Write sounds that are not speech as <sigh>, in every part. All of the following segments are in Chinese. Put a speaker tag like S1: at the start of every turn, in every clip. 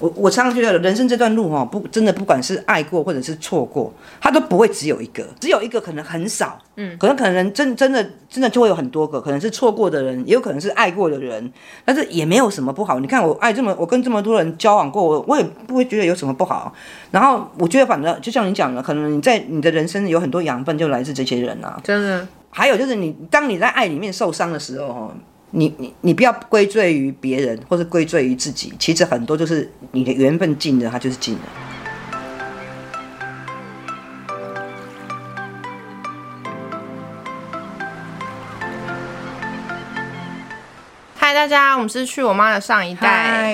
S1: 我我常常觉得人生这段路哈、哦，不真的不管是爱过或者是错过，它都不会只有一个，只有一个可能很少，嗯，可能可能真真的真的就会有很多个，可能是错过的人，也有可能是爱过的人，但是也没有什么不好。你看我爱这么，我跟这么多人交往过，我我也不会觉得有什么不好。然后我觉得反正就像你讲的，可能你在你的人生有很多养分就来自这些人啊。
S2: 真的，
S1: 还有就是你当你在爱里面受伤的时候哦，你你你不要归罪于别人或者归罪于自己，其实很多就是你的缘分尽了，它就是尽了。
S2: 嗨，大家，我们是去我妈的上一代，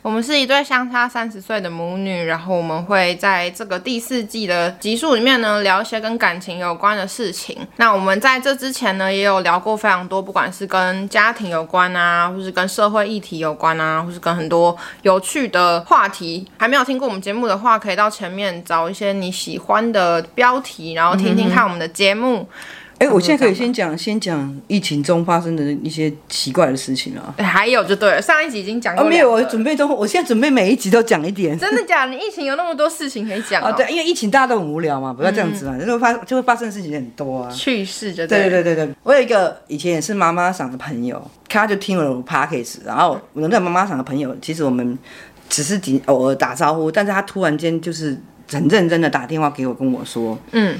S2: 我们是一对相差三十岁的母女，然后我们会在这个第四季的集数里面呢，聊一些跟感情有关的事情。那我们在这之前呢，也有聊过非常多，不管是跟家庭有关啊，或是跟社会议题有关啊，或是跟很多有趣的话题。还没有听过我们节目的话，可以到前面找一些你喜欢的标题，然后听
S1: 嗯
S2: 听看我们的节目。
S1: 哎、我现在可以先讲先讲疫情中发生的一些奇怪的事情啊。
S2: 还有就对了，上一集已经讲过
S1: 啊，
S2: 两
S1: 没
S2: 个了、
S1: 有，我准备都，我现在准备每一集都讲一点。
S2: 真的假的？ <laughs> 你疫情有那么多事情可以讲、哦、
S1: 啊，对，因为疫情大家都很无聊嘛，不要这样子嘛，就会发就会发生的事情很多啊。
S2: 去世就
S1: 对
S2: 对
S1: 对对对，我有一个以前也是妈妈嗓的朋友，他就听了我 p o d c a s t 然后我那个妈妈嗓的朋友，其实我们只是顶偶尔打招呼，但是他突然间就是很认真的打电话给我，跟我说，
S2: 嗯，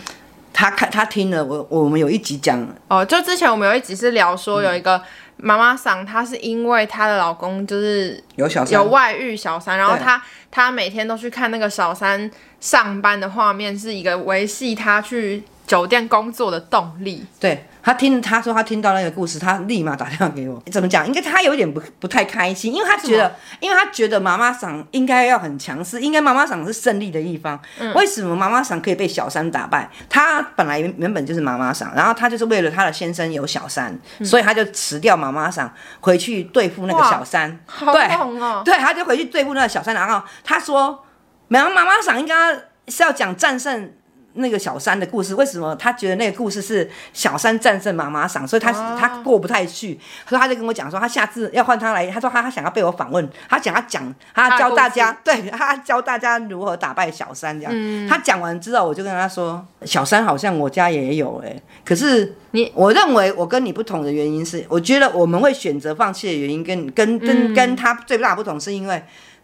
S1: 他看他听了我我们有一集讲，
S2: 哦，就之前我们有一集是聊说有一
S1: 嗯
S2: 个妈妈桑，她是因为她的老公就是
S1: 有小三
S2: 有外遇小三，然后
S1: 对
S2: 她她每天都去看那个小三上班的画面，是一个维系她去酒店工作的动力。
S1: 对他听他说他听到那个故事，他立马打电话给我， <laughs> 怎么讲？应该他有点不不太开心，因为他觉
S2: 为什
S1: 得，因为他觉得妈妈桑应该要很强势，应该妈妈桑是胜利的一方。
S2: 嗯
S1: 为什么妈妈桑可以被小三打败？她本来原原本就是妈妈桑，然后她就是为了她的先生有小三，
S2: 嗯
S1: 所以她就辞掉妈妈桑，回去对付那个
S2: 哇
S1: 小三。
S2: 好
S1: 对
S2: 猛哦！
S1: 对，他就回去对付那个小三，然后他说，然后妈妈想应该是要讲战胜。那个小三的故事，为什么他觉得那个故事是小三战胜妈妈桑，所以他、
S2: 哦
S1: 他过不太去，所以他就跟我讲说，他下次要换他来，他说他他想要被我访问，他想要讲，他
S2: 他的
S1: 教
S2: 故
S1: 大
S2: 事嗯
S1: 家，对他教大家如何打败小三这样。他讲完之后，我就跟他说，小三好像我家也有哎、可是
S2: 你
S1: 我认为我跟你不同的原因是，我觉得我们会选择放弃的原因跟跟
S2: 嗯
S1: 跟跟他最大不同，是因为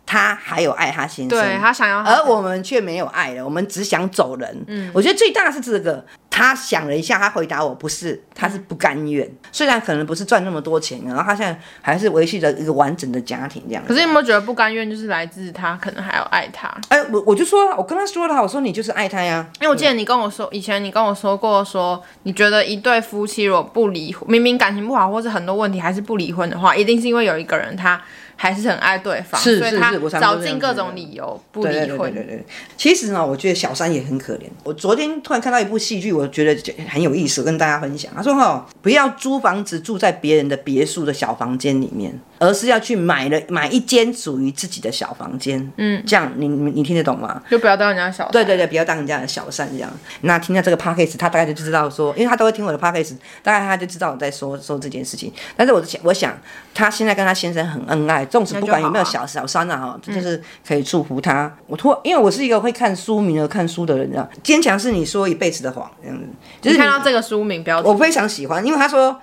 S1: 他还有爱他先生，
S2: 对她想要她，
S1: 而我们却没有爱了，我们只想走人。嗯，我觉得最大是这个。他想了一下，他回答我不是，他是不甘愿。虽然可能不是赚那么多钱，然后他现在还是维系着一个完整的家庭这样子。
S2: 可是你有没有觉得不甘愿，就是来自她可能还有爱她？
S1: 哎、我我就说了，我跟他说了，我说你就是爱他呀。
S2: 因为我记得你跟我说，以前你跟我说过说你觉得一对夫妻如果不离婚，明明感情不好或是很多问题还是不离婚的话，一定是因为有一个人他还是很爱对方，
S1: 是
S2: 所以
S1: 是
S2: 他
S1: 是我常常
S2: 找
S1: 都这
S2: 尽
S1: 样
S2: 各
S1: 觉得
S2: 种理由不
S1: 对
S2: 离
S1: 对
S2: 婚。
S1: 对对对对，其实呢，我觉得小三也很可怜。我昨天突然看到一部戏剧，我觉得就很有意思，跟大家分享。他说哈、哦不要租房子住在别人的别墅的小房间里面，而是要去买了买一间属于自己的小房间。嗯，这样你你你听得懂吗？
S2: 就不要当人家小三
S1: 对对对，不要当人家的小三这样。那听到这个 podcast，他大概就知道说，因为他都会听我的 podcast，大概他就知道我在说说这件事情。但是我想，我想他现在跟他先生很恩爱，纵使不管有没有小小三啊，
S2: 嗯
S1: 哈，这就是可以祝福他。我突，因为我是一个会看书名和看书的人啊，坚强是你说一辈子的谎，这样子，就是你
S2: 你看到这个书名标题，
S1: 我非常喜欢，因为他说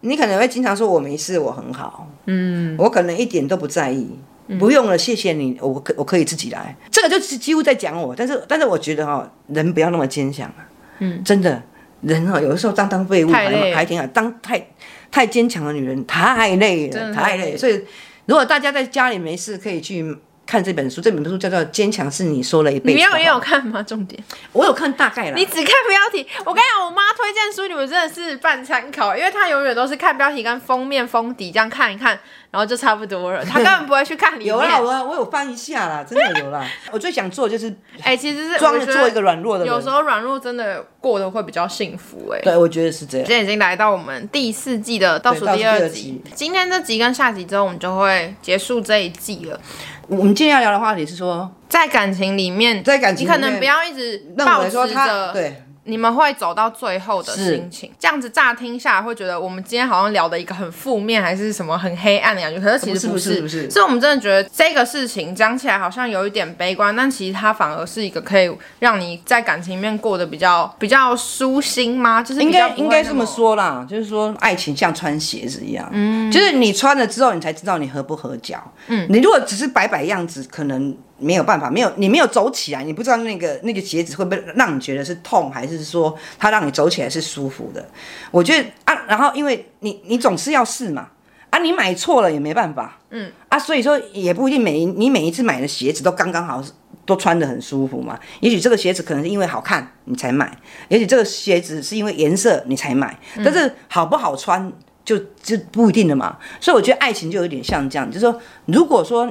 S1: 你可能会经常说我没事，我很好，嗯，我可能一点都不在意，
S2: 嗯
S1: 不用了，谢谢你，我可我可以自己来。这个就是几乎在讲我，但是但是我觉得哈、哦，人不要那么坚强啊，嗯，真的，人哦，有的时候当当废物
S2: 太
S1: 还
S2: 累了
S1: 还挺好，当太太坚强的女人太累
S2: 的
S1: 了，
S2: 太
S1: 太
S2: 累
S1: 累了。所以如果大家在家里没事，可以去。看这本书，这本书叫做《坚强是你说了一辈
S2: 你
S1: 子的话》。
S2: 没有也有看吗？重点，
S1: 我有看大概啦。
S2: 你只看标题。我跟你讲，我妈推荐书，你们真的是半参考，因为她永远都是看标题跟封面封底这样看一看，然后就差不多了，她根本不会去看里面。
S1: 有啦，我我有翻一下啦，真的
S2: <laughs>
S1: 有啦。我最想做就是
S2: 哎、其实
S1: <laughs>
S2: 是
S1: 装
S2: 我
S1: 着
S2: 觉
S1: 做
S2: 得
S1: 一个软弱的人。
S2: 有时候软弱真的过得会比较幸福哎、
S1: 对，我觉得是这样。
S2: 今天已经来到我们第四季的倒数
S1: 对
S2: 第二
S1: 倒数
S2: 集
S1: 第，
S2: 今天这集跟下集之后，我们就会结束这一季了。
S1: 我们今天要聊的话题是说，
S2: 在感情里面，
S1: 在感情
S2: 你
S1: 里面
S2: 可能不要一直
S1: 认
S2: 保
S1: 为
S2: 持
S1: 说他
S2: 着
S1: 对
S2: 你们会走到最后的心情。这样子乍听下来会觉得我们今天好像聊的一个很负面还是什么很黑暗的感觉，可是其实
S1: 哦不是
S2: 是，
S1: 不是不是
S2: 是我们真的觉得这个事情讲起来好像有一点悲观，但其实它反而是一个可以让你在感情里面过得比较比较舒心吗？就是
S1: 应
S2: 比
S1: 该
S2: 较不会
S1: 应该这
S2: 那
S1: 么。说啦，就是说爱情像穿鞋子一样，嗯，就是你穿了之后，你才知道你合不合脚。嗯，你如果只是摆摆样子，可能没有办法，没有你没有走起来，你不知道那个那个鞋子会不会让你觉得是痛，还是说它让你走起来是舒服的？我觉得啊，然后因为你你总是要试嘛，啊，你买错了也没办法，嗯，啊，所以说也不一定每一你每一次买的鞋子都刚刚好。都穿得很舒服嘛。也许这个鞋子可能是因为好看你才买，也许这个鞋子是因为颜色你才买，但是好不好穿就就不一定了嘛。所以我觉得爱情就有点像这样，就是说，如果说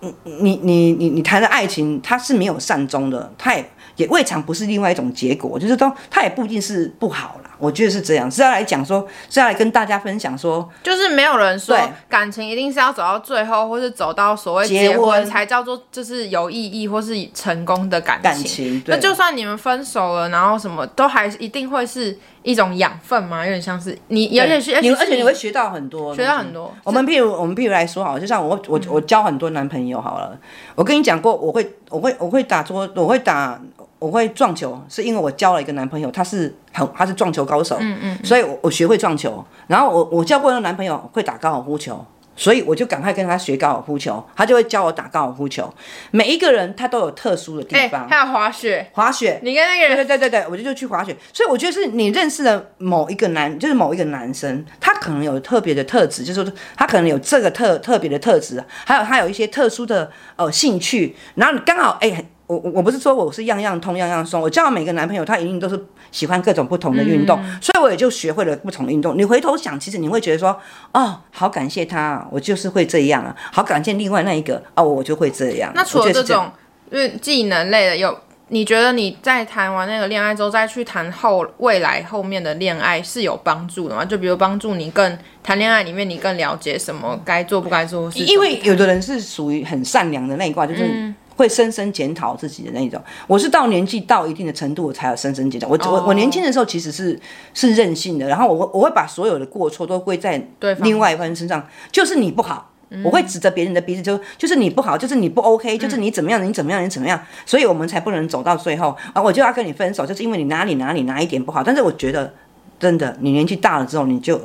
S1: 你你你你你谈的爱情，它是没有善终的，它也也未尝不是另外一种结果，就是说它也不一定是不好啦。我觉得是这样，是要来讲说，是要来跟大家分享说，
S2: 就是没有人说
S1: 对
S2: 感情一定是要走到最后，或是走到所谓
S1: 结
S2: 结婚
S1: 婚
S2: 才叫做就是有意义或是成功的感情。
S1: 感情对
S2: 那就算你们分手了，然后什么都还是一定会是一种养分嘛，有点像是你，也也许也
S1: 你
S2: 许
S1: 而且
S2: 是
S1: 你会学到很多，嗯
S2: 学到很多。
S1: 我们譬如我们譬如来说好了，就像我我我交很多男朋友好了，我跟你讲过，我会我会我会打桌，我会打我会撞球，是因为我交了一个男朋友，他是很他是撞球高手，嗯嗯，所以我我学会撞球，然后我我交过一个男朋友会打高尔夫球。所以我就赶快跟他学高尔夫球，他就会教我打高尔夫球。每一个人他都有特殊的地
S2: 哎、
S1: 方，
S2: 还有滑雪，
S1: 滑雪，
S2: 你跟那个人
S1: 对对对对对，我就就去滑雪。所以我觉得是你认识的某一个男，就是某一个男生，他可能有特别的特质，就是说他可能有这个特特别的特质，还有他有一些特殊的呃兴趣，然后你刚好哎。我我我不是说我是样样通样样松，我交到每个男朋友，他一定都是喜欢各种不同的运动，
S2: 嗯
S1: 所以我也就学会了不同的运动。你回头想，其实你会觉得说，哦，好感谢他啊，我就是会这样啊，好感谢另外那一个啊，我就会这样。
S2: 那除
S1: 我
S2: 了
S1: 觉得
S2: 这
S1: 是样
S2: 种就是技能类的，有你觉得你在谈完那个恋爱之后，再去谈后未来后面的恋爱是有帮助的吗？就比如帮助你更谈恋爱里面，你更了解什么该做不该做的事情。
S1: 因为有的人是属于很善良的那一挂，就是
S2: 嗯
S1: 会深深检讨自己的那一种。我是到年纪到一定的程度，我才有深深检讨。我、
S2: 哦
S1: 我我年轻的时候其实是是任性的，然后我我会把所有的过错都归在
S2: 对方嗯
S1: 另外一半身上，就是你不好。我会指着别人的鼻子就就是你不好，就是你不 OK，就是你怎么样，你怎么样，你怎么样，所以我们才不能走到最后啊！我就要跟你分手，就是因为你哪里哪里哪一点不好。但是我觉得，真的，你年纪大了之后，你就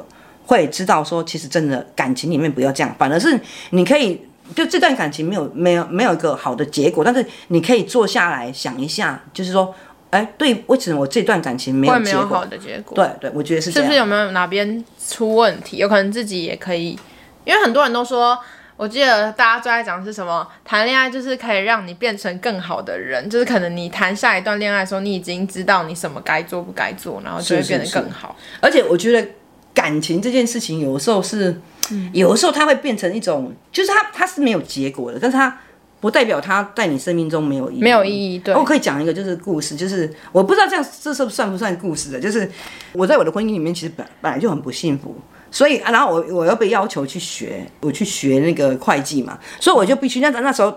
S1: 会知道说，其实真的感情里面不要这样，反而是你可以就这段感情没有没有没有一个好的结果，但是你可以坐下来想一下，就是说，哎，对，为什么我这段感情没
S2: 会
S1: 有
S2: 没
S1: 结
S2: 有好
S1: 果？
S2: 的结果，
S1: 对对，我觉得是这
S2: 是
S1: 样。
S2: 不是有没有哪边出问题？有可能自己也可以，因为很多人都说，我记得大家最爱讲的是什么？谈恋爱就是可以让你变成更好的人，就是可能你谈下一段恋爱的时候，你已经知道你什么该做不该做，然后就会
S1: 是
S2: 变得
S1: 是
S2: 更好。
S1: 而且我觉得感情这件事情，有的时候是，有的时候它会变成一种，就是它它是没有结果的，但是它不代表它在你生命中没有意义，哦
S2: 没有意义对
S1: 我可以讲一个就是故事，就是我不知道这样这是不算不算故事的，就是我在我的婚姻里面其实本本来就很不幸福。所以，啊然后我我又被要求去学，我去学那个会计嘛，所以我就必须那那时候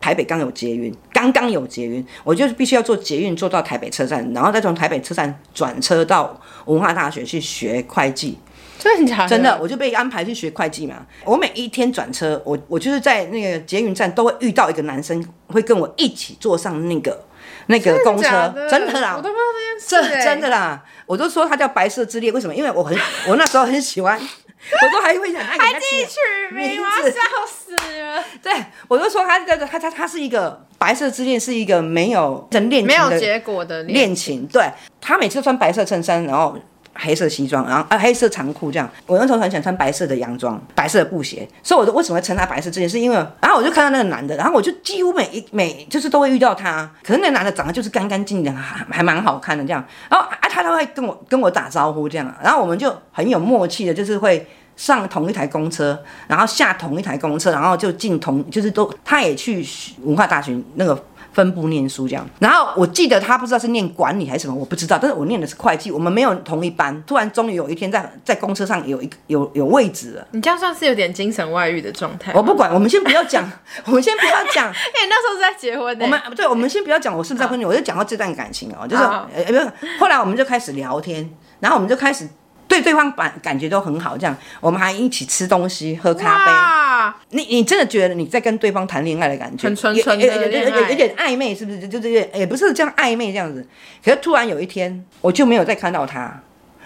S1: 台北刚有捷运，刚刚有捷运，我就必须要坐捷运坐到台北车站，然后再从台北车站转车到文化大学去学会计。
S2: 真的假的？
S1: 真的，我就被安排去学会计嘛。我每一天转车，我我就是在那个捷运站都会遇到一个男生，会跟我一起坐上那个那个公
S2: 假
S1: 车，
S2: 的
S1: 真的啦
S2: 我，都不知
S1: 这
S2: 道这件事、欸，
S1: 真的啦。我都说它叫白色之恋，为什么？因为我很 <laughs> 我那时候很喜欢， <laughs> 我都还会想爱给他
S2: 一
S1: 起
S2: 取名，我
S1: 名
S2: 要
S1: 字
S2: 笑死了。
S1: 对，我就说他这个他他他是一个白色之恋，是一个没有人恋情
S2: 没有
S1: 的
S2: 结果的恋，
S1: 恋情。对他每次穿白色衬衫，然后黑色西装，然后啊黑色长裤这样。我那时候很想穿白色的洋装，白色的布鞋，所以我就为什么会称他白色这件事，因为然后我就看到那个男的，然后我就几乎每一每就是都会遇到他，可是那个男的长得就是干干净净，还还蛮好看的这样。然后啊他都会跟我跟我打招呼这样，然后我们就很有默契的，就是会。上同一台公车，然后下同一台公车，然后就进同，就是都，他也去文化大学那个分部念书这样。然后我记得他不知道是念管理还是什么，我不知道，但是我念的是会计，我们没有同一班。突然终于有一天在在公车上有一个有有位置了，
S2: 你这样算是有点精神外遇的状态。
S1: 我不管，我们先不要讲，我们先不要讲。
S2: 哎、你那时候是在结婚呢、欸
S1: 我们对，我们先不要讲我是不是在婚姻，我就讲到这段感情哦，就是
S2: 好
S1: 呃，不是，后来我们就开始聊天，然后我们就开始对对方感感觉都很好，这样，我们还一起吃东西、喝咖
S2: 哇，
S1: 啡。你你真的觉得你在跟对方谈恋爱的感觉，
S2: 很纯纯的
S1: 有有有有有
S2: 恋爱
S1: 有点暧昧，是不是？就就也也不是这样暧昧这样子。可是突然有一天，我就没有再看到他。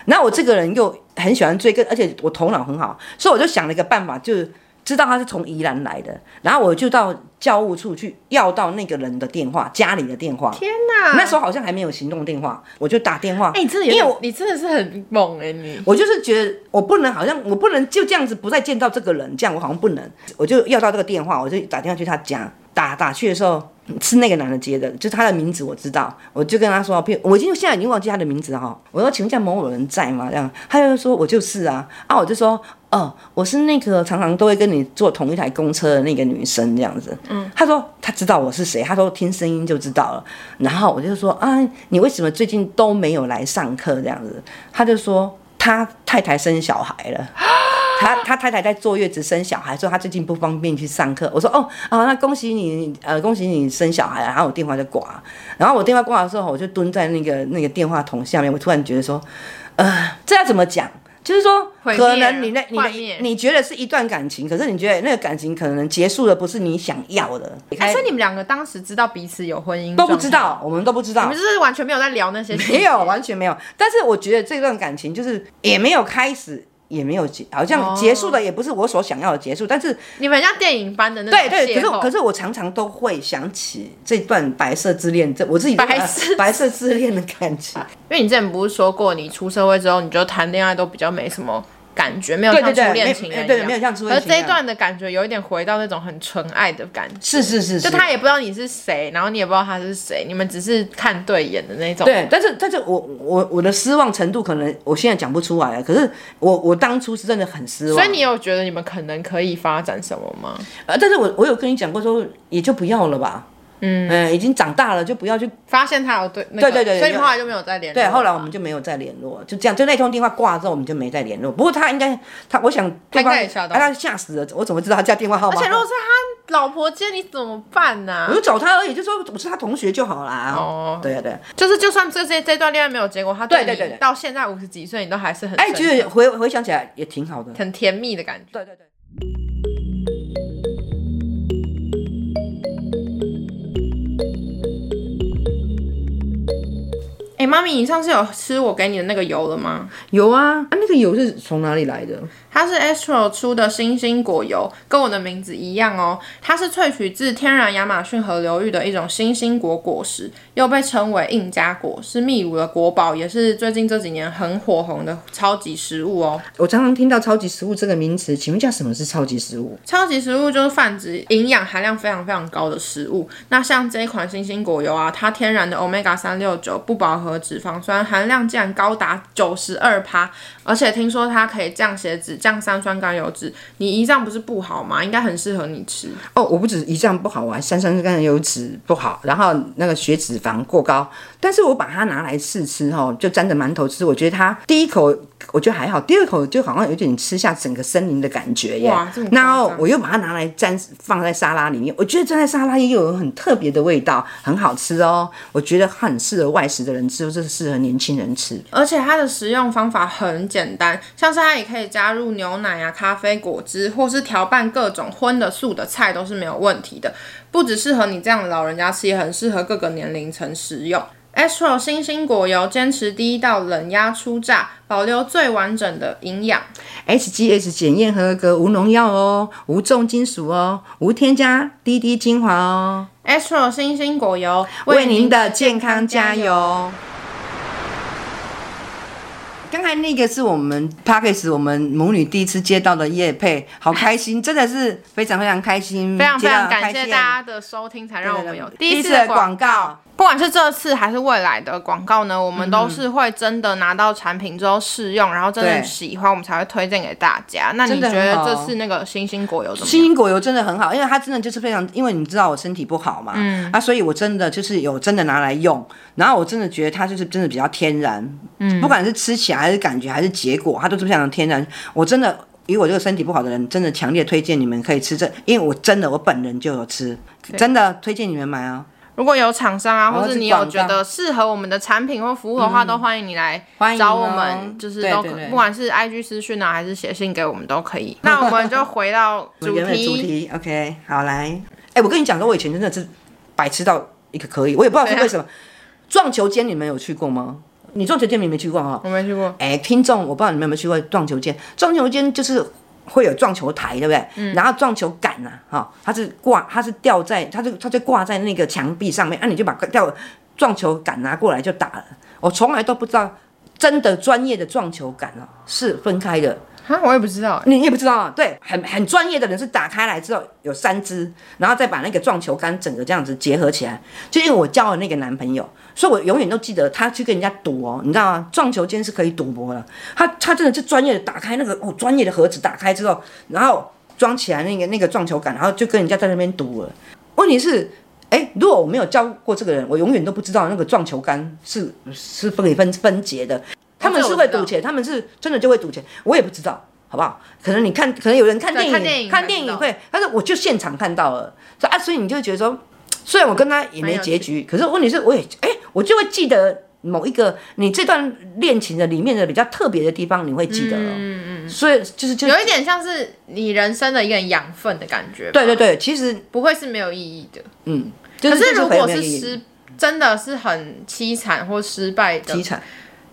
S1: 然后我这个人又很喜欢追跟，而且我头脑很好，所以我就想了一个办法，就是知道他是从宜兰来的，然后我就到教务处去要到那个人的电话，家里的电话。
S2: 天哪！
S1: 那时候好像还没有行动电话，我就打电话。
S2: 哎、你真的有
S1: 因为
S2: 点
S1: 我，
S2: 你真的是很猛
S1: 欸
S2: 哎、你
S1: 我就是觉得我不能，好像我不能就这样子不再见到这个人，这样我好像不能，我就要到这个电话，我就打电话去他家，打打去的时候是那个男的接的，就他的名字我知道，我就跟他说，譬如我已经现在已经忘记他的名字了哈，我说请问一下某某人在吗？这样，他就说我就是啊，啊我就说哦，我是那个常常都会跟你坐同一台公车的那个女生这样子。嗯，他说他知道我是谁，他说听声音就知道了。然后我就说啊，你为什么最近都没有来上课这样子？他就说他太太生小孩了。他他太太在坐月子生小孩，所以他最近不方便去上课。我说哦啊，那恭喜你，呃，恭喜你生小孩了。然后我电话就挂了，然后我电话挂的时候，我就蹲在那个那个电话筒下面，我突然觉得说，呃，这要怎么讲？就是说，
S2: 毁灭
S1: 可能你那你的
S2: 幻灭
S1: 你觉得是一段感情，可是你觉得那个感情可能结束的不是你想要的，
S2: 哎、所以你们两个当时知道彼此有婚姻
S1: 都不
S2: 状态
S1: 知，道，我们都不知
S2: 你
S1: 道
S2: 们，就是完全没有在聊那些事情，
S1: 没有完全没有。但是我觉得这段感情就是也没有开始，也没有结，好
S2: 哦
S1: 像结束的也不是我所想要的结束，但是
S2: 你们很像电影般的那种
S1: 对对，可
S2: 邂
S1: 是
S2: 逅
S1: 可是我常常都会想起这段白色之恋，这我自己都
S2: 白
S1: 把 <laughs>
S2: 色
S1: 白色之恋的感
S2: <laughs>
S1: 情。
S2: 因为你之前不是说过，你出社会之后你就谈恋爱都比较没什么感觉，没有
S1: 对
S2: 像
S1: 对对
S2: 初恋情人一
S1: 没对没有像初恋情人
S2: 而这一段的感觉有一点回到那种很纯爱的感觉，
S1: 是是是，
S2: 就是他也不知道你是谁，然后你也不知道他是谁，你们只是看对眼的那种。，
S1: 对，但是但是我我我的失望程度可能我现在讲不出来了，可是我我当初是真的很失望。
S2: 所以你有觉得你们可能可以发展什么吗？
S1: 呃，但是我我有跟你讲过说，也就不要了吧。嗯、已经长大了就不要去。
S2: 发现他有对那个，
S1: 对对对
S2: 所以你
S1: 有
S2: 们后来就没有再联络
S1: 对，啊
S2: 了吗。
S1: 后来我们就没有再联络，就这样，就那通电话挂了之后，我们就没再联络。不过他应该，他我想对
S2: 他应
S1: 方
S2: 该也吓到
S1: 啊他吓死了，我怎么知道他家电话号
S2: 而
S1: 码？
S2: 且如果是他老婆接你怎么办呢、
S1: 我就找他而已，就说我是他同学就好啦。
S2: 哦
S1: 对啊对啊，
S2: 就是就算这这这段恋爱没有结果，他
S1: 对对对
S2: 你
S1: 对
S2: 到现在五十几岁，你都还是很
S1: 哎，
S2: 深
S1: 觉得回回想起来也挺好的。
S2: 很甜蜜的感觉。
S1: 对对对。
S2: 哎、妈咪，你上次有吃我给你的那个油了吗？
S1: 有啊，啊那个油是从哪里来的？
S2: 它是 Astro 出的星星果油，跟我的名字一样哦。它是萃取自天然亚马逊河流域的一种星星果果实，又被称为印加果，是秘鲁的国宝，也是最近这几年很火红的超级食物哦。
S1: 我常常听到“超级食物”这个名词，请问一下什么是超级食物？
S2: 超级食物就是泛指营养含量非常非常高的食物。那像这一款星星果油啊，它天然的 omega 三六九不饱和脂肪酸含量竟然高达九十二趴，而且听说它可以降血脂、降三酸甘油脂。你胰脏不是不好吗？应该很适合你吃。
S1: 哦，我不止胰脏不好，我还三酸甘油脂不好，然后那个血脂肪过高。但是我把它拿来试吃哦，就沾着馒头吃，我觉得它第一口我觉得还好，第二口就好像有点吃下整个森林的感觉耶。
S2: 哇这么夸张
S1: 然后我又把它拿来沾放在沙拉里面，我觉得沾在沙拉也有很特别的味道，很好吃哦。我觉得它很适合外食的人吃，或者是适合年轻人吃。
S2: 而且它的食用方法很简单，像是它也可以加入牛奶啊、咖啡、果汁，或是调拌各种荤的、素的菜都是没有问题的。不只适合你这样的老人家吃，也很适合各个年龄层食用。Astro 星星果油坚持第一道冷压初榨，保留最完整的营养。
S1: SGS 检验合格，无农药哦，无重金属哦，无添加，滴滴精华哦，
S2: Astro 星星果油
S1: 为您的健康加！油。刚才那个是我们 p a c k a g e 我们母女第一次接到的叶配，好开心，真的是非常非常开心，
S2: 非常非常感
S1: 接
S2: 谢
S1: 到
S2: 大家的收听，才让我们有
S1: 第
S2: 第一
S1: 一
S2: 次
S1: 次
S2: 的
S1: 的
S2: 广
S1: 广
S2: 告
S1: 告。
S2: 不管是这次还是未来的广告呢，我们都是会真的拿到产品之后试用，然后真的
S1: 对
S2: 喜欢，我们才会推荐给大家。那你
S1: 真的
S2: 觉
S1: 很
S2: 得
S1: 好
S2: 这次那个星星果油怎么
S1: 星
S2: 样？
S1: 星果油真的很好，因为它真的就是非常，因为你知道我身体不好嘛，嗯，啊，所以我真的就是有真的拿来用，然后我真的觉得它就是真的比较天然，嗯，不管是吃起来还是感觉还是结果，它都是非常天然。我真的以我这个身体不好的人，真的强烈推荐你们可以吃这，因为我真的我本人就有吃，真的推荐你们买啊，
S2: 如果有厂商啊，
S1: 然后
S2: 或者
S1: 是
S2: 你有
S1: 广
S2: 觉
S1: 告
S2: 得适合我们的产品或服务的话，都欢迎你来
S1: 欢迎
S2: 找我
S1: 哦
S2: 们，就是
S1: 对
S2: 都
S1: 对
S2: 可
S1: 对
S2: 不管是 IG 私讯啊，还是写信给我们都可 <laughs> 以。那我们就回到主
S1: 原本的主
S2: 题，
S1: 题，OK，好来，哎，我跟你讲说，我以前真的是白痴到一个可以，我也不知道
S2: 啊
S1: 是为什么。撞球间你们有去过吗？你撞球间你没去过哈、
S2: 我没去过，
S1: 哎，听众，我不知道你们有没有去过撞球间？撞球间就是会有撞球台，对不对？
S2: 嗯
S1: 然后撞球杆呐、啊，哈、它是挂，它是吊在，它就它就挂在那个墙壁上面，啊，你就把吊撞球杆拿过来就打了。我从来都不知道，真的专业的撞球杆啊是分开的，
S2: 哈，我也不知道、
S1: 你也不知道啊。对，很很专业的人是打开来之后有三支，然后再把那个撞球杆整个这样子结合起来。就因为我交了那个男朋友，所以我永远都记得他去跟人家赌哦，你知道吗？撞球间是可以赌博的，他他真的是专业的打开那个哦，专业的盒子打开之后，然后装起来那个那个撞球杆，然后就跟人家在那边赌了。问题是。哎，如果我没有教过这个人，我永远都不知道那个撞球杆是是分分分解的。他们是会赌钱，他们是真的就会赌钱，我也不知道，好不好？可能你看，可能有人看
S2: 对
S1: 电影，
S2: 看电影才知道
S1: 会，但是我就现场看到了，所以啊，所以你就会觉得说，虽然我跟他也没结局，可是问题是，我也哎、我就会记得某一个你这段恋情的里面的比较特别的地方，你会记得了。嗯嗯。所以就是就是，
S2: 有一点像是你人生的一个养分的感觉吧，
S1: 对对对，其实
S2: 不会是没有意义的。
S1: 嗯，就
S2: 可
S1: 是
S2: 是如果
S1: 就是是失
S2: 失，真的是很凄惨或失败的
S1: 凄惨，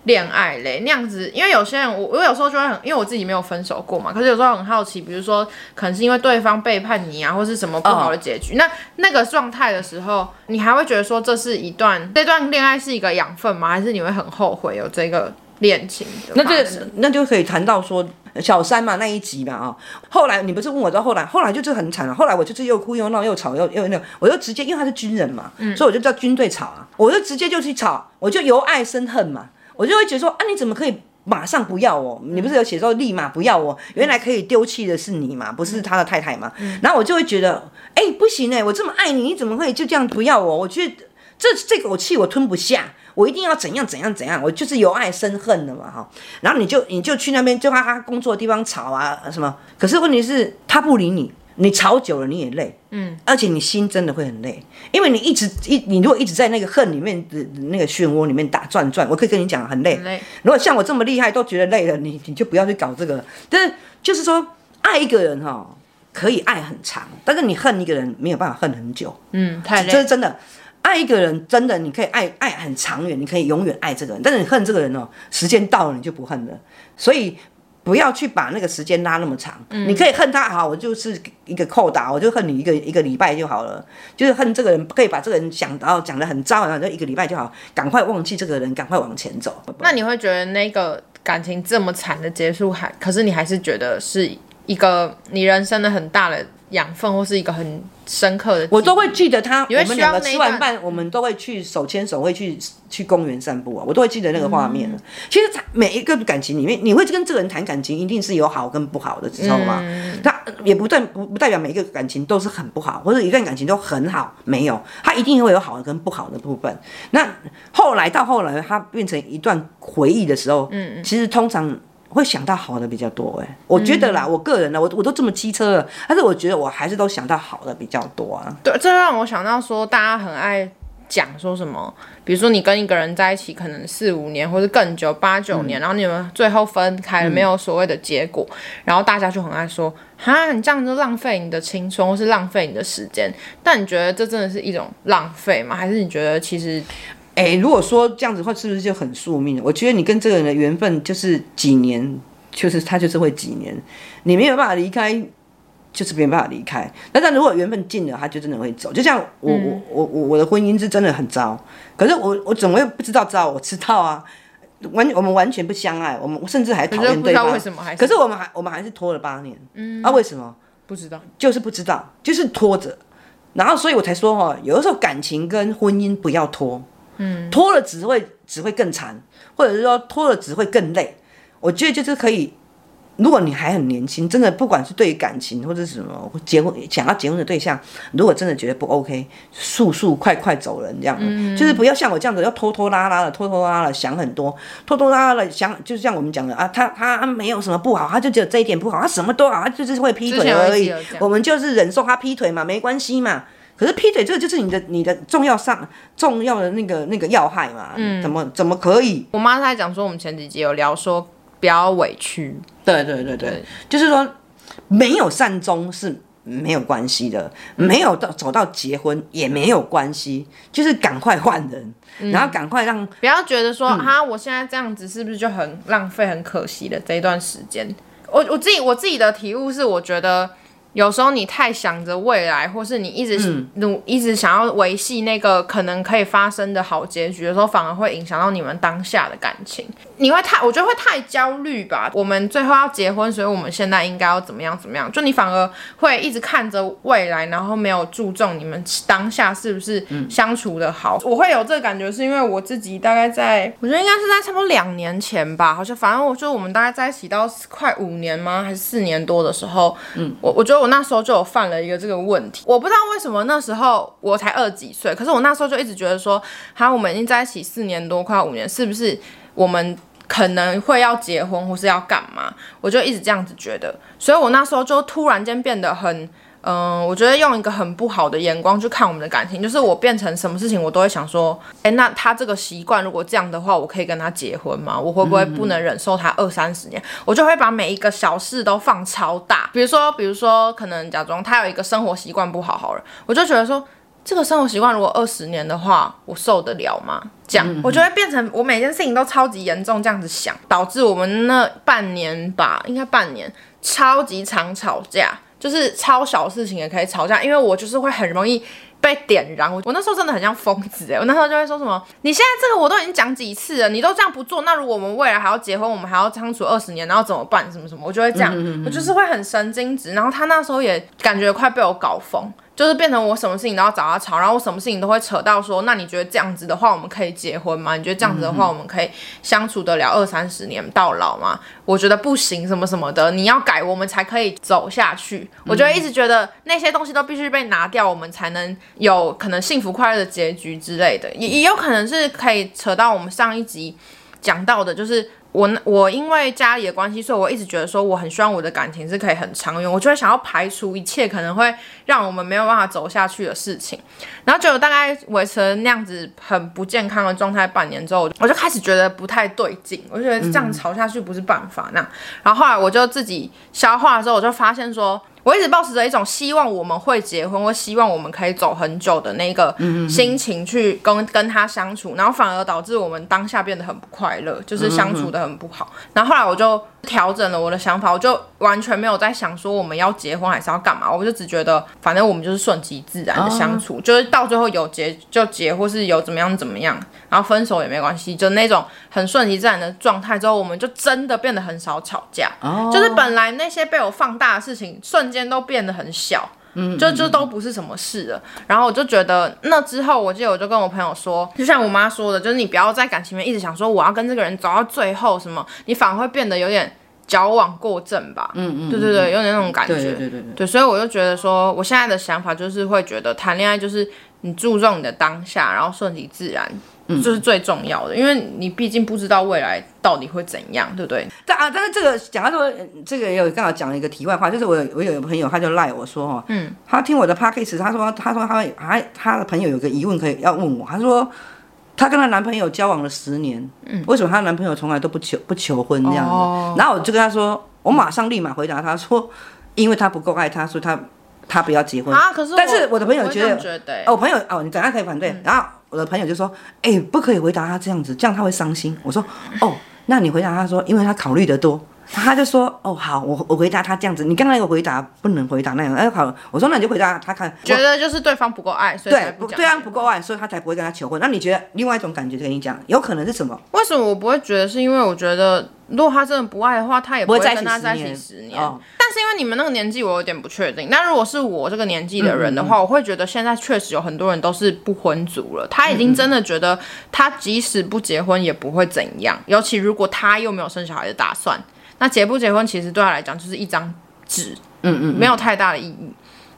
S2: 恋爱嘞，那样子，因为有些人我我有时候就会很，因为我自己没有分手过嘛，可是有时候很好奇，比如说可能是因为对方背叛你啊，或是什么不好的
S1: 哦
S2: 结局，那那个状态的时候，你还会觉得说这是一段这段恋爱是一个养分吗？还是你会很后悔有这个恋情的
S1: 那
S2: 发
S1: 这
S2: 生
S1: 那就可以谈到说小三嘛那一集嘛啊、后来你不是问我到后来，后来就是很惨了、后来我就是又哭又闹又吵又又那个，我就直接因为他是军人嘛，所以我就叫军队吵啊，我就直接就去吵，我就由爱生恨嘛，我就会觉得说啊你怎么可以。马上不要我，你不是有写说立马不要我？原来可以丢弃的是你嘛，不是他的太太嘛？然后我就会觉得，哎、不行哎、我这么爱你，你怎么可以就这样不要我？我觉得这这口气我吞不下，我一定要怎样怎样怎样，我就是由爱生恨的嘛哈。然后你就你就去那边就他他工作的地方吵啊什么，可是问题是他不理你，你吵久了你也累，嗯，而且你心真的会很累，因为你一直一你如果一直在那个恨里面的那个漩涡里面打转转，我可以跟你讲很累，
S2: 很累
S1: 如果像我这么厉害都觉得累了，你你就不要去搞这个了。但是就是说，爱一个人哈、可以爱很长，但是你恨一个人没有办法恨很久。
S2: 嗯，太
S1: 这
S2: 累
S1: 是，真的。爱一个人，真的你可以爱爱很长远，你可以永远爱这个人。但是你恨这个人哦，时间到了你就不恨了。所以不要去把那个时间拉那么长。
S2: 嗯
S1: 你可以恨他好，我就是一个扣打，我就恨你一个一个礼拜就好了。就是恨这个人，可以把这个人想到讲的很糟，然后就一个礼拜就好，赶快忘记这个人，赶快往前走。
S2: 那你会觉得那个感情这么惨的结束还，可是你还是觉得是一个你人生的很大的养分，或是一个很深刻的记忆，
S1: 我都会记得他，
S2: 你会
S1: 我们两个
S2: 需要那一
S1: 吃完
S2: 段
S1: 饭，我们都会去手牵手，会去去公园散步啊，我都会记得那个画
S2: 嗯
S1: 面、啊其实他每一个感情里面，你会跟这个人谈感情，一定是有好跟不好的，知道吗？
S2: 嗯
S1: 他也不代不不代表每一个感情都是很不好，或者一段感情都很好，没有，他一定会有好的跟不好的部分。那后来到后来，它变成一段回忆的时候，嗯，其实通常会想到好的比较多、欸。哎，我觉得啦，
S2: 嗯
S1: 我个人呢，我我都这么机车了，但是我觉得我还是都想到好的比较多啊。
S2: 对，这让我想到说，大家很爱讲说什么，比如说你跟一个人在一起可能四五年，或是更久八九年，然后你们最后分开了，没有所谓的结果，然后大家就很爱说，哈，你这样就浪费你的青春，或是浪费你的时间。但你觉得这真的是一种浪费吗？还是你觉得其实
S1: 哎、如果说这样子的话，是不是就很宿命？我觉得你跟这个人的缘分就是几年，就是他就是会几年，你没有办法离开，就是没有办法离开。那但如果缘分尽了，他就真的会走。就像我、
S2: 嗯
S1: 我我我我的婚姻是真的很糟，可是我我怎么会不知道糟？我知道啊，完我们完全不相爱，我们甚至还讨
S2: 可是
S1: 厌
S2: 不知
S1: 对
S2: 道
S1: 方
S2: 为。什么还是
S1: 可是我们还我们还是拖了八年，嗯，啊为什么？
S2: 不知道？
S1: 就是不知道，就是拖着。然后，所以我才说哈、哦，有的时候感情跟婚姻不要拖，嗯，拖了只会只会更惨，或者是说拖了只会更累。我觉得就是可以，如果你还很年轻，真的不管是对于感情或者什么结婚想要结婚的对象，如果真的觉得不 OK，速速快快走人这样，嗯、就是不要像我这样子要拖拖拉拉的，拖拖拉拉的想很多，拖拖拉拉的想，就是像我们讲的啊，他他没有什么不好，他就只有这一点不好，他什么都好，他就是会劈
S2: 之
S1: 腿
S2: 前有一
S1: 而
S2: 集
S1: 已
S2: 有讲，
S1: 我们就是忍受他劈腿嘛，没关系嘛。可是劈腿这个就是你的你的重要上重要的那个那个要害嘛，
S2: 嗯
S1: 怎么怎么可以？
S2: 我妈她还讲说，我们前几集有聊说不要委屈，
S1: 对对对对，就是说没有善终是没有关系的，没有到走到结婚也没有关系，就是赶快换人，然后赶快让
S2: 不要觉得说哈、我现在这样子是不是就很浪费、很可惜了这一段时间？我我自己我自己的体悟是，我觉得有时候你太想着未来，或是你一直努、一直想要维系那个可能可以发生的好结局的时候，反而会影响到你们当下的感情。你会太，我觉得会太焦虑吧。我们最后要结婚，所以我们现在应该要怎么样怎么样？就你反而会一直看着未来，然后没有注重你们当下是不是相处的好。我会有这个感觉，是因为我自己大概在，我觉得应该是在差不多两年前吧，好像反正我就我们大概在一起到快五年吗，还是四年多的时候，嗯，我我觉得我那时候就有犯了一个这个问题，我不知道为什么那时候我才二十几岁，可是我那时候就一直觉得说，哈，我们已经在一起四年多，快五年，是不是我们可能会要结婚或是要干嘛，我就一直这样子觉得，所以我那时候就突然间变得很。嗯，我觉得用一个很不好的眼光去看我们的感情，就是我变成什么事情我都会想说，哎，那他这个习惯如果这样的话，我可以跟他结婚吗？我会不会不能忍受他二三十年？我就会把每一个小事都放超大，比如说，比如说，可能假装他有一个生活习惯不好好了，我就觉得说，这个生活习惯如果二十年的话，我受得了吗？这样，我就会变成我每件事情都超级严重这样子想，导致我们那半年吧，应该半年超级常吵架，就是超小事情也可以吵架，因为我就是会很容易。被点燃，我我那时候真的很像疯子哎、我那时候就会说什么，你现在这个我都已经讲几次了，你都这样不做，那如果我们未来还要结婚，我们还要相处二十年，然后怎么办？什么什么，我就会这样，我就是会很神经质。然后他那时候也感觉快被我搞疯，就是变成我什么事情都要找他吵，然后我什么事情都会扯到说，那你觉得这样子的话，我们可以结婚吗？你觉得这样子的话，我们可以相处得了二三十年到老吗？我觉得不行，什么什么的，你要改，我们才可以走下去。我就会一直觉得那些东西都必须被拿掉，我们才能有可能幸福快乐的结局之类的，也也有可能是可以扯到我们上一集讲到的，就是我我因为家里的关系，所以我一直觉得说我很希望我的感情是可以很长远，我就会想要排除一切可能会让我们没有办法走下去的事情。然后结果大概维持了那样子很不健康的状态半年之后，我就开始觉得不太对劲，我就觉得这样吵下去不是办法那样。然后后来我就自己消化的时候，我就发现说。我一直保持着一种希望我们会结婚，或希望我们可以走很久的那个心情去跟跟他相处，然后反而导致我们当下变得很不快乐，就是相处的很不好。然后后来我就调整了我的想法，我就完全没有在想说我们要结婚还是要干嘛，我就只觉得反正我们就是顺其自然的相处，就是到最后有结就结，或是有怎么样怎么样，然后分手也没关系，就那种很顺其自然的状态之后，我们就真的变得很少吵架。就是本来那些被我放大的事情，瞬间都变得很小，就就都不是什么事了。然后我就觉得，那之后我记得我就跟我朋友说，就像我妈说的，就是你不要在感情里面一直想说我要跟这个人走到最后什么，你反而会变得有点矫枉过正吧。嗯嗯，对对对，有点那种感觉。
S1: 对对对对对
S2: 对，所以我就觉得说，我现在的想法就是会觉得谈恋爱就是你注重你的当下，然后顺其自然，就是最重要的，因为你毕竟不知道未来到底会怎样，对不对？
S1: 但啊，但是这个讲到说，呃这个也有刚好讲了一个题外话，就是我有我有一个朋友，他就赖我说哦，嗯，他听我的 p a c k a g e 他说他说他他他的朋友有个疑问可以要问我，他说她跟她男朋友交往了十年，嗯，为什么她男朋友从来都不求不求婚这样子？
S2: 哦
S1: 然后我就跟他说，我马上立马回答他说，因为他不够爱他，所以他他不要结婚
S2: 啊，可是
S1: 但是我的朋友
S2: 会
S1: 觉
S2: 这
S1: 得
S2: 样觉得欸
S1: 哦，我朋友哦，你等下可以反
S2: 嗯
S1: 对。然后我的朋友就说：“哎、不可以回答他这样子，这样他会伤心。”我说：“哦，那你回答他说，因为他考虑的多。”他就说：“哦，好，我我回答他这样子。你刚才有回答不能回答那样，哎，好，我说那你就回答他看。
S2: 觉得就是对方不够爱，所以才
S1: 对，不
S2: 不讲
S1: 对啊方不够爱，所以他才不会跟他求婚。那你觉得另外一种感觉，跟你讲，有可能是什么？
S2: 为什么我不会觉得？是因为我觉得，如果他真的不爱的话，他也不
S1: 会
S2: 会
S1: 在一
S2: 跟
S1: 起
S2: 他
S1: 十
S2: 在一起
S1: 年
S2: 十年。
S1: 哦
S2: 但是因为你们那个年纪，我有点不确定。但如果是我这个年纪的人的话，我会觉得现在确实有很多人都是不婚族了，他已经真的觉得他即使不结婚也不会怎样。尤其如果他又没有生小孩的打算，那结不结婚其实对他来讲就是一张纸，嗯嗯，没有太大的意义。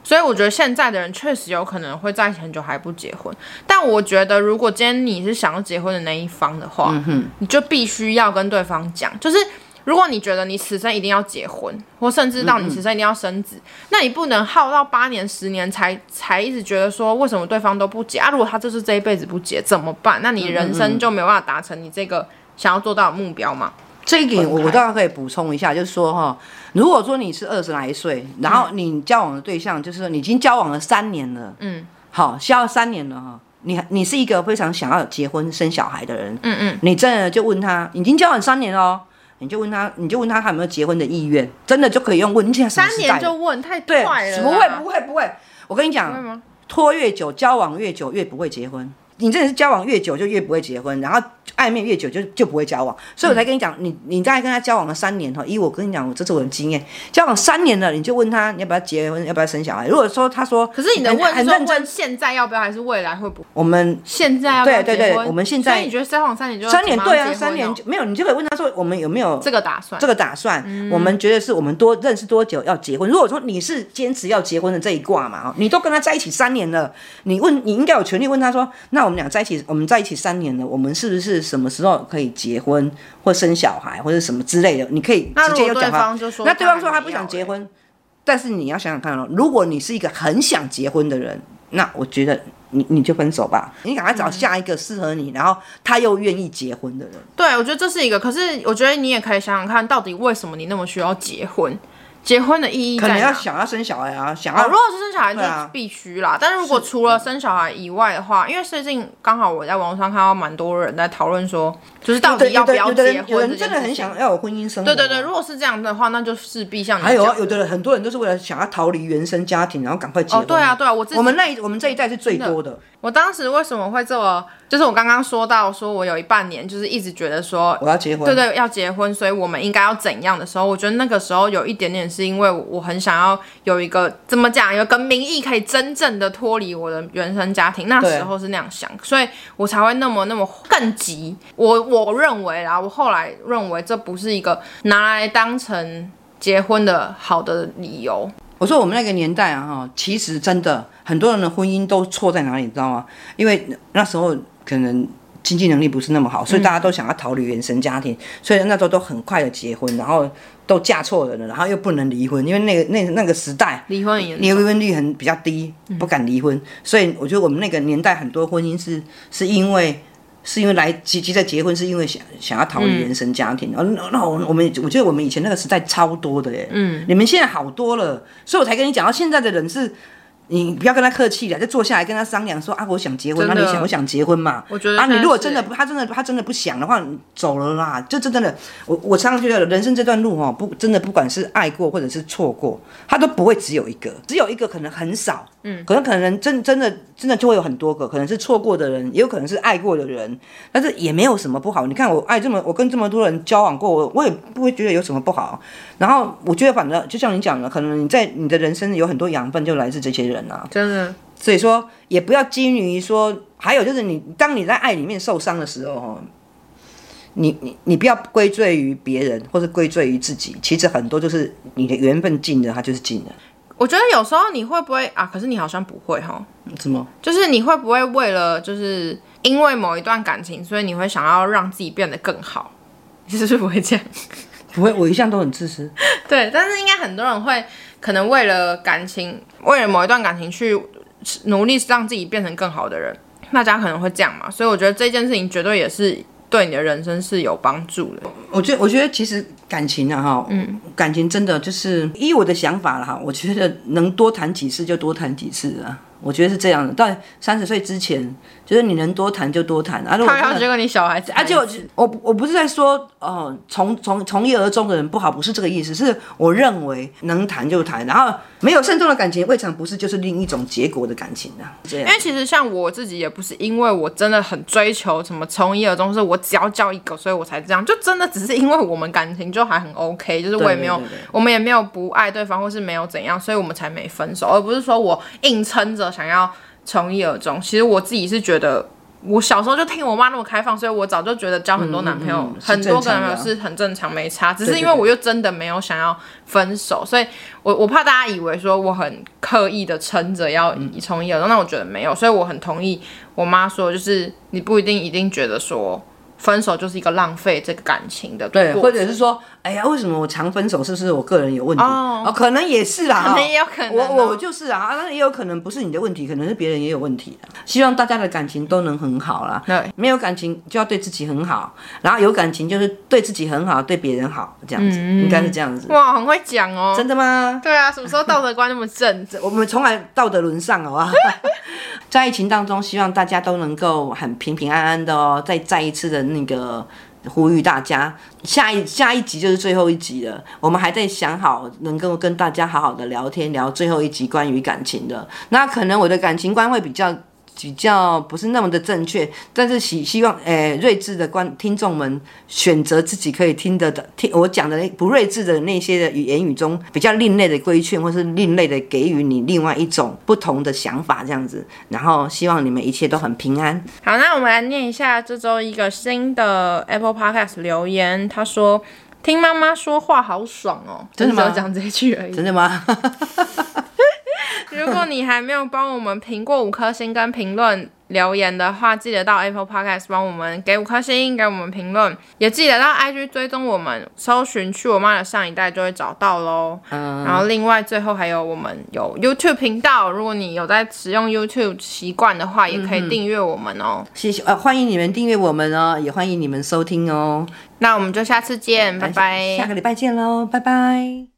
S2: 所以我觉得现在的人确实有可能会在一起很久还不结婚，但我觉得如果今天你是想要结婚的那一方的话，你就必须要跟对方讲，就是如果你觉得你此生一定要结婚，或甚至到你此生一定要生子，那你不能耗到八年、十年才才一直觉得说为什么对方都不结啊？如果他就是这一辈子不结怎么办？那你人生就没有办法达成你这个想要做到的目标嘛？
S1: 这一点我
S2: 分开
S1: 我倒可以补充一下，就是说哈，如果说你是二十来岁，然
S2: 嗯
S1: 后你交往的对象就是你已经交往了三年了，嗯，好，交往三年了哈，你你是一个非常想要结婚生小孩的人，嗯嗯，你真的就问他，已经交往三年了哦，你就问他，你就问他他有没有结婚的意愿，真的就可以用问，你现在什么
S2: 三
S1: 时代
S2: 年
S1: 了
S2: 就问太
S1: 对
S2: 快了啦，，
S1: 不会不会不会，我跟你讲，
S2: 会吗？
S1: 拖越久，交往越久越不会结婚。你真的是交往越久就越不会结婚，然后暧昧越久就就不会交往，所以我才跟你讲，你你大概跟他交往了三年哈，以我跟你讲，我这是我的经验，交往三年了，你就问他你要不要结婚，要不要生小孩。如果说他说，
S2: 可是你的
S1: 很
S2: 问
S1: 很
S2: 是
S1: 认真，
S2: 问现在要不要，还是未来会不会？
S1: 我们
S2: 现在要不要
S1: 对对
S2: 结
S1: 对
S2: 婚
S1: 我们现在
S2: 所以你觉得交往三年就要
S1: 三年
S2: 马上
S1: 对
S2: 结
S1: 啊，
S2: 婚
S1: 三年
S2: 哦
S1: 就没有，你就可以问他说，我们有没有
S2: 这个打嗯算
S1: 这个打算，我们觉得是我们多认识多久要结婚。如果说你是坚持要结婚的这一卦嘛，哦你都跟他在一起三年了，你问你应该有权利问他说，那我们俩在一起，我们在一起三年了，我们是不是什么时候可以结婚或生小孩或者什么之类的？你可以
S2: 那
S1: 直接就
S2: 如果
S1: 讲
S2: 对
S1: 他
S2: 方。就说
S1: 那对方说
S2: 他
S1: 他
S2: 没
S1: 不想
S2: 有
S1: 结
S2: 欸
S1: 婚，但是你要想想看哦，如果你是一个很想结婚的人，那我觉得你你就分手吧，你赶快找下一个适合你，然后他又愿意结婚的人。
S2: 对，我觉得这是一个。可是我觉得你也可以想想看，到底为什么你那么需要结婚？结婚的意义
S1: 可
S2: 在
S1: 能要
S2: 哪？
S1: 想要生小孩啊，想
S2: 哦，
S1: 要
S2: 如果是生小孩就
S1: 对啊
S2: 必须啦，但是如果除了生小孩以外的话，因为最近刚好我在网络上看到蛮多人在讨论说，就是到
S1: 对
S2: 底要不要
S1: 有的
S2: 结
S1: 人有的人真
S2: 婚这件
S1: 的
S2: 事
S1: 很
S2: 情。
S1: 想要有婚姻生活。啊
S2: 对对对，如果是这样的话，那就势必像你
S1: 还有啊
S2: 讲，
S1: 有的人很多人都是为了想要逃离原生家庭，然后赶快结婚。
S2: 哦，对啊，对啊，我自己
S1: 我们那一我们这一代是最多的。
S2: 我当时为什么会这么，就是我刚刚说到，说我有一半年就是一直觉得说
S1: 我要结婚，
S2: 对对，要结婚，所以我们应该要怎样的时候，我觉得那个时候有一点点是因为我很想要有一个怎么讲，有一个名义可以真正的脱离我的原生家庭。那
S1: 对
S2: 时候是那样想，所以我才会那么那么更急。我我认为啦，我后来认为这不是一个拿来当成结婚的好的理由。
S1: 我说我们那个年代啊，哈，其实真的很多人的婚姻都错在哪里，你知道吗？因为那时候可能经济能力不是那么好，所以大家都想要逃离原生家庭，所以那时候都很快的结婚，然后都嫁错人了，然后又不能离婚，因为那个那那个时代
S2: 离婚也
S1: 离婚率很比较低，不敢离婚，所以我觉得我们那个年代很多婚姻是是因为是因为来急急着结婚，是因为想想要逃离原生家庭。哦、那那我我们我觉得我们以前那个时代超多的耶，嗯，你们现在好多了，所以我才跟你讲到哦现在的人是。你不要跟他客气了，就坐下来跟他商量说啊，我想结婚，那
S2: 真的
S1: 你想不想结婚嘛？
S2: 我觉得
S1: 啊，你如果真
S2: 真的
S1: 的
S2: 是
S1: 不，他真的他真的不想的话，你走了啦，就真的，我我常常觉得人生这段路哈、哦，不真的不管是爱过或者是错过，他都不会只有一个，只有一个可能很少，嗯，可能可能真真的真的就会有很多个，可能是错过的人，也有可能是爱过的人，但是也没有什么不好。你看我爱这么，我跟这么多人交往过，我我也不会觉得有什么不好。然后我觉得反正就像你讲的，可能你在你的人生有很多养分就来自这些人啊，
S2: 真的
S1: 所以说也不要基于说，还有就是你当你在爱里面受伤的时候，哦，你你你不要归罪于别人或者归罪于自己，其实很多就是你的缘分尽了，它就是尽了。
S2: 我觉得有时候你会不会啊？可是你好像不会哈。
S1: 什么？
S2: 就是你会不会为了就是因为某一段感情，所以你会想要让自己变得更好？你是不是不会这样？
S1: 不会，我一向都很自私。
S2: 对，但是应该很多人会可能为了感情，为了某一段感情去努力让自己变成更好的人，大家可能会这样嘛。所以我觉得这件事情绝对也是对你的人生是有帮助的。
S1: 我觉得，我觉得其实感情啊，哈，嗯，感情真的就是依我的想法了哈，我觉得能多谈几次就多谈几次啊。我觉得是这样的。到三十岁之前，就是你能多谈就多谈啊。如果
S2: 他要结果你小孩子，
S1: 而且我我我不是在说哦、呃，从从从一而终的人不好，不是这个意思，是我认为能谈就谈，然后没有慎重的感情，未尝不是就是另一种结果的感情啊。这样
S2: 因为其实像我自己也不是因为我真的很追求什么从一而终，是我只要交一个，所以我才这样，就真的只是因为我们感情就还很 OK，就是我也没有
S1: 对对对对
S2: 我们也没有不爱对方或是没有怎样，所以我们才没分手，而不是说我硬撑着想要从一而终。其实我自己是觉得。我小时候就听我妈那么开放，所以我早就觉得交很多男朋友、
S1: 嗯嗯嗯
S2: 很多
S1: 是正
S2: 个
S1: 常的
S2: 男
S1: 啊
S2: 朋友是很正常，没差。只是
S1: 对
S2: 因为我又真的没有想要分手，所以我我怕大家以为说我很刻意的撑着要从一而终，那我觉得没有，所以我很同意我妈说，就是你不一定一定觉得说分手就是一个浪费这个感情的
S1: 对，
S2: 过
S1: 或者是说，哎呀，为什么我常分手？是不是我个人有问题？哦，可能也是啦，
S2: 可能也有可能哦
S1: 我我就是啊，啊那也有可能不是你的问题，可能是别人也有问题啊。希望大家的感情都能很好啦。
S2: 对，
S1: 没有感情就要对自己很好，然后有感情就是对自己很好，对别人好，这样子、
S2: 嗯
S1: 应该是这样子。
S2: 哇，很会讲哦。
S1: 真的吗？
S2: 对啊，什么时候道德观那么正？
S1: 我们从来道德沦丧，好吧？ <laughs> 在疫情当中，希望大家都能够很平平安安的哦。再再一次的那个呼吁大家，下一下一集就是最后一集了，我们还在想好能够跟大家好好的聊天，聊最后一集关于感情的。那可能我的感情观会比较。比较不是那么的正确，但是希希望，诶、睿智的观听众们选择自己可以听得的，听我讲的那不睿智的那些的语言语中比较另类的规劝，或是另类的给予你另外一种不同的想法，这样子。然后希望你们一切都很平安。
S2: <laughs> 好，那我们来念一下这周一个新的 Apple Podcast 留言，他说。听妈妈说话好爽哦，
S1: 真的吗
S2: 就只有讲这一句而已。
S1: 真的吗？ <laughs>
S2: 如果你还没有帮我们评过五颗星跟评论留言的话，记得到 Apple Podcast 帮我们给五颗星，给我们评论，也记得到 IG 追踪我们，搜寻“去我妈的上一代”就会找到喽。
S1: 呃
S2: 嗯，然后另外最后还有我们有 YouTube 频道，如果你有在使用 YouTube 习惯的话，也可以订阅我们哦。
S1: 谢谢，呃，欢迎你们订阅我们哦，也欢迎你们收听哦。
S2: 那我们就下次见，拜拜。
S1: 下个礼拜见喽，拜拜。